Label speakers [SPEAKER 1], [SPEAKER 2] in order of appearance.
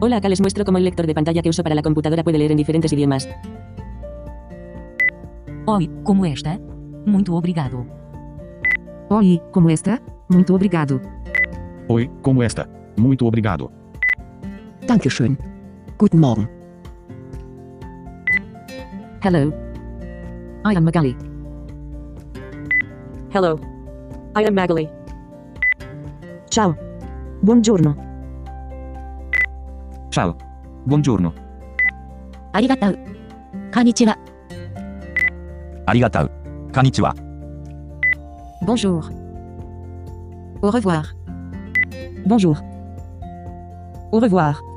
[SPEAKER 1] Hola, acá les muestro cómo el lector de pantalla que uso para la computadora puede leer en diferentes idiomas.
[SPEAKER 2] Oi, como está? Muito obrigado.
[SPEAKER 3] Oi, como está? Muito obrigado.
[SPEAKER 4] Oi, como está? Muito obrigado.
[SPEAKER 5] Dankeschön. Guten Morgen.
[SPEAKER 3] Hello. I am Magali.
[SPEAKER 6] Hello. I am Magali.
[SPEAKER 5] Ciao. Buongiorno.
[SPEAKER 4] Ciao. Buongiorno.
[SPEAKER 7] ありがとう。こんにちは。
[SPEAKER 8] ありがとう。こんにちは。
[SPEAKER 3] Bonjour. Au revoir.
[SPEAKER 5] Bonjour.
[SPEAKER 3] Au revoir.